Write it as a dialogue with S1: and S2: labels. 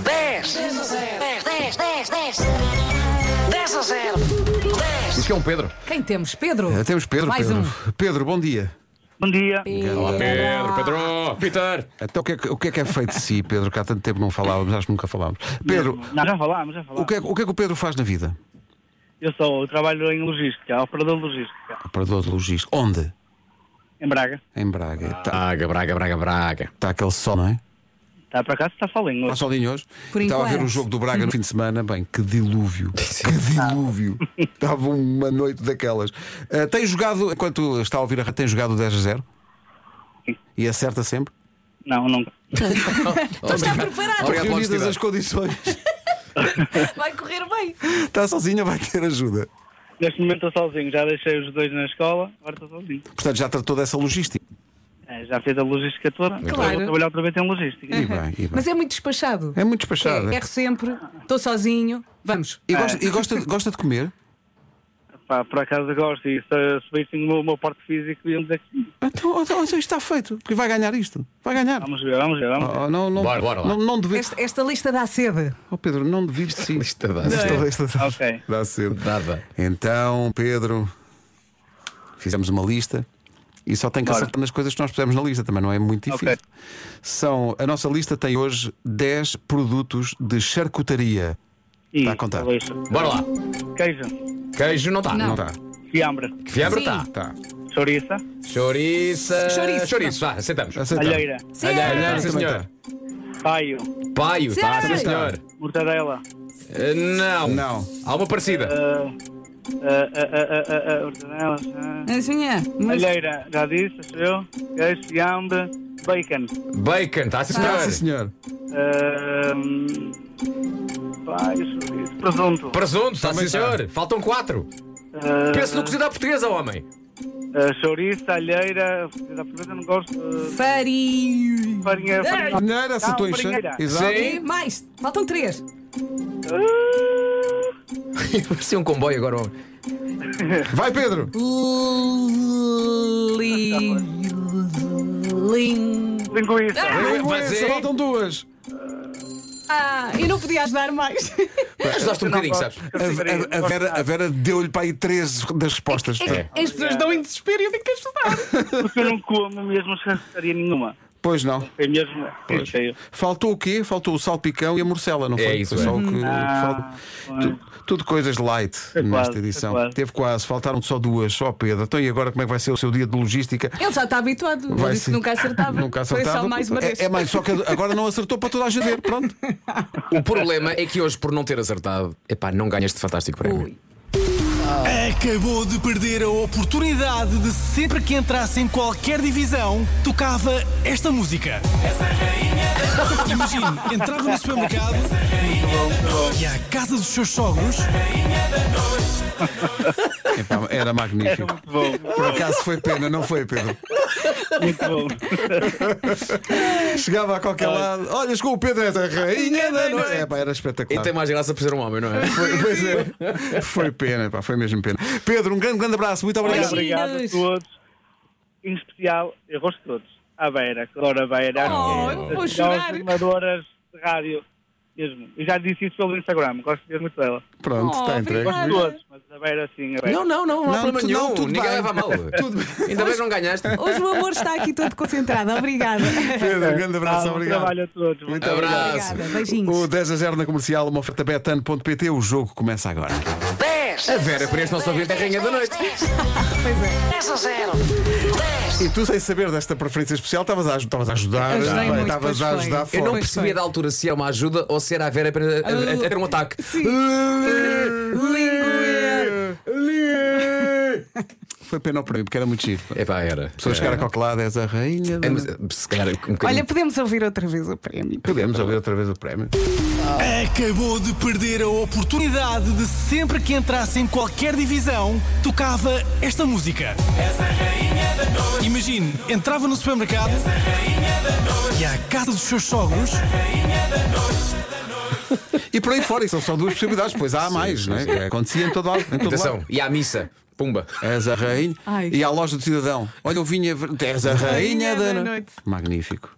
S1: 10 10 10 10 10 a 0 10
S2: Diz que é um Pedro.
S3: Quem temos? Pedro?
S2: Eh, Temos Pedro.
S3: Mais
S2: Pedro.
S3: um.
S2: Pedro, bom dia.
S4: Bom dia.
S3: Olá,
S5: Pedro, Pedro, Peter.
S2: Então, o que, é, que- o que é que é feito de si, Pedro? Que há tanto tempo não falávamos, acho que nunca falámos. Pedro,
S4: Não, já falámos, já falámos.
S2: o que, é, o que é que o Pedro faz na vida?
S4: Eu sou, eu trabalho em logística, operador de logística,
S2: Operador de logística. Onde?
S4: em Braga.
S2: Em Braga. Está
S5: Braga, Braga, Braga, Braga.
S2: aquele sol, não é?
S4: Está para cá, Tá, está falinho.
S2: Está solinho hoje.
S3: Por
S2: Estava a ver
S3: enquanto.
S2: o jogo do Braga no fim de semana. Bem, que dilúvio. Que dilúvio. Estava uma noite daquelas. Ah, tem jogado, enquanto está a ouvir a rádio, tem jogado 10 a 0? E acerta sempre?
S4: Não, nunca.
S3: Está preparado?
S5: Obrigado pela
S2: Reunidas
S5: honestidade.
S2: as condições.
S3: Vai correr bem.
S2: Está sozinha, vai ter ajuda.
S4: Neste momento estou sozinho, já deixei os dois na escola, agora estou sozinho.
S2: Portanto, já tratou dessa logística.
S4: É, já fiz a logística toda, agora
S3: bem.
S4: vou trabalhar outra vez em logística.
S2: E bem, e bem.
S3: Mas é muito despachado.
S2: É muito despachado.
S3: É, erro sempre, estou sozinho. Vamos.
S2: E, gosta, e gosta, gosta de comer?
S4: Pá, por acaso gosto, e se subissem o meu, o meu porte físico, iam dizer que sim.
S2: Então, então, então isto está feito. Porque vai ganhar isto. Vai ganhar.
S4: Vamos ver, vamos ver, vamos ver.
S2: Oh, não, não,
S5: Bora, bora lá.
S2: não, não devido.
S3: Esta, esta lista dá sede.
S2: Oh, Pedro, não devido de si.
S5: Lista dá
S2: Esta-
S5: cedo.
S2: esta-
S4: Ok.
S2: Dá cedo.
S3: é.
S5: Dada.
S2: Então, Pedro, fizemos uma lista e só tem que
S4: Bora.
S2: acertar nas coisas que nós pusemos na lista, também não é muito difícil.
S4: Ok.
S2: São, a nossa lista tem hoje 10 produtos de charcutaria.
S4: E,
S2: Tá a contar.
S4: talvez,
S5: Bora lá.
S4: Queijo,
S5: Queijo não tá. está.
S2: Não está?
S4: fiambre,
S5: Fiambre
S3: Sim.
S5: está.
S2: Tá.
S4: chouriça,
S2: Então.
S5: Chouriça.
S3: Chouriça.
S5: Chouriça, vá, aceitamos.
S2: Aceitado.
S4: alheira,
S3: Certo.
S5: Alheira, alheira, sim,
S2: Também
S5: senhor.
S4: paio,
S5: Paio, está,
S3: Sim.
S5: sim, senhor.
S4: mortadela,
S5: Eh, Não.
S2: Não.
S5: Há uma parecida.
S4: ah, ah, ah, ah, ah, ah, mortadela, ah.
S3: Assim é. Mas...
S4: Alheira, já disse, sou eu. Queijo, fiambre, bacon.
S5: Bacon, está,
S3: Tá.
S5: sim,
S2: Ah, sim,
S5: senhor.
S2: senhor.
S4: Ahm, pá, isso, isso, presunto.
S5: Presunto, está,
S2: Também tá.
S5: sim,
S2: está.
S5: senhor. Faltam quatro.
S4: Ah,
S5: Pensa no cozido à portuguesa, homem.
S4: ah, chouriça, alheira. Da portuguesa não gosto. ah,
S3: Farinha.
S4: farinha. farinha.
S2: Não era essa
S4: Não,
S2: tua enche-
S4: farinheira.
S2: Exato.
S5: Sim.
S3: E mais. Faltam três.
S4: ah,
S5: Parecia um comboio agora, homem.
S2: Vai, Pedro.
S3: Li... Lim...
S4: Linguiça.
S5: Vai
S3: é?
S2: Só um
S5: ser.
S2: é faltam duas.
S3: Ah, eu não podia ajudar mais.
S5: Ajudaste um bocadinho, sabes?
S2: A, a- a Vera, a Vera deu-lhe para aí 13 das respostas.
S5: É.
S3: As pessoas dão em desespero e eu tenho que ajudar.
S4: Porque eu não como mesmo charcutaria nenhuma.
S2: Pois não.
S4: É mesmo. É cheio.
S2: Faltou o quê? Faltou o salpicão e a morcela, não foi?
S5: isso,
S2: foi
S5: é.
S2: só o que, o que
S4: Ah,
S2: falta.
S4: pois.
S2: Tu- Tudo coisas light
S4: Foi
S2: nesta
S4: quase,
S2: edição.
S4: foi quase.
S2: Teve quase, faltaram só duas, só Pedro. Então e agora como é que vai ser o seu dia de logística?
S3: Ele já está habituado. Ele
S2: Vai
S3: disse
S2: ser-
S3: que nunca acertava.
S2: Nunca acertava.
S3: Foi só mais uma vez.
S2: É, é mais, só que agora não acertou para toda a gente. Pronto.
S5: O problema é que hoje, por não ter acertado, epá, não ganhas este fantástico prémio.
S3: Ui.
S6: Acabou de perder a oportunidade de sempre que entrasse em qualquer divisão, tocava esta música. Imagine, entrava no supermercado e à casa dos seus sogros,
S2: Epá, era magnífico.
S4: Bom,
S2: Por acaso foi pena, não foi, Pedro?
S4: muito bom.
S2: Chegava a qualquer lado. Olha, chegou o Pedro, essa rainha da noite. Epá, era
S5: E
S3: Então,
S2: espetacular.
S5: tem mais graça por ser um homem, não é?
S2: Foi, pois é. Foi pena, pá, foi mesmo pena. Pedro, um grande, grande abraço, muito obrigado.
S3: Beijinho.
S4: Obrigado a
S3: Meninos.
S4: todos. Em especial, eu gosto de todos. À Beira, que adoro a Beira.
S3: Oh, eu vou
S4: As
S3: chorar.
S4: melhores animadoras de rádio. Mesmo. Eu já disse isso pelo Instagram, gosto mesmo muito dela.
S2: Pronto,
S3: Oh,
S2: está entregue.
S3: obrigado.
S4: Todos, mas a Beira sim, a Beira.
S5: Não, Ah, não, não, não há
S2: Não,
S5: problema
S2: tu-
S5: nenhum.
S2: não, tudo
S5: Ninguém
S2: bem.
S5: leva a mal. Ainda bem que não ganhaste.
S3: Hoje o amor está aqui todo concentrado. Obrigada.
S2: Pedro, um grande abraço,
S4: Ah, bom
S2: obrigado. Então,
S4: trabalho a todos.
S2: Muito
S5: Abraço.
S3: Tá, Obrigada. Beijinhos.
S2: O 10 a 0 na comercial, uma oferta betano.pt, o jogo começa agora.
S1: 10
S5: A Vera, por este nosso ouvinte, é rainha da noite.
S1: 10 a 0 10
S2: E tu, sem saber desta preferência especial, estavas a, aj- estavas a ajudar,
S3: Ajudei
S2: bem,
S3: muito,
S2: estavas
S3: pois
S2: a
S3: foi.
S2: ajudar
S5: Eu não
S2: fora.
S5: percebia da altura se era uma ajuda ou se era a Vera apenas a, a- a ter um ataque. Uh.
S2: Foi pena ao prémio, porque era muito giro.
S5: Epá, era.
S2: Pessoas chegaram a qualquer lado, és a rainha. da-
S5: É, mas, Se calhar um bocadinho.
S3: Olha, podemos ouvir outra vez o prémio.
S2: Podemos ouvir outra vez o prémio.
S6: acabou de perder a oportunidade de sempre que entrasse em qualquer divisão, tocava esta música. Imagine, entrava no supermercado e à casa dos seus sogros,
S2: E por aí fora, e são só duas possibilidades, pois há mais, não é? Acontecia em todo, lado- em todo lado.
S5: Atenção, e à missa. Pumba.
S2: És a rainha.
S3: Ai.
S2: é E à loja do cidadão. Olha, eu vinha. ver- És a rainha, da, noite. Magnífico.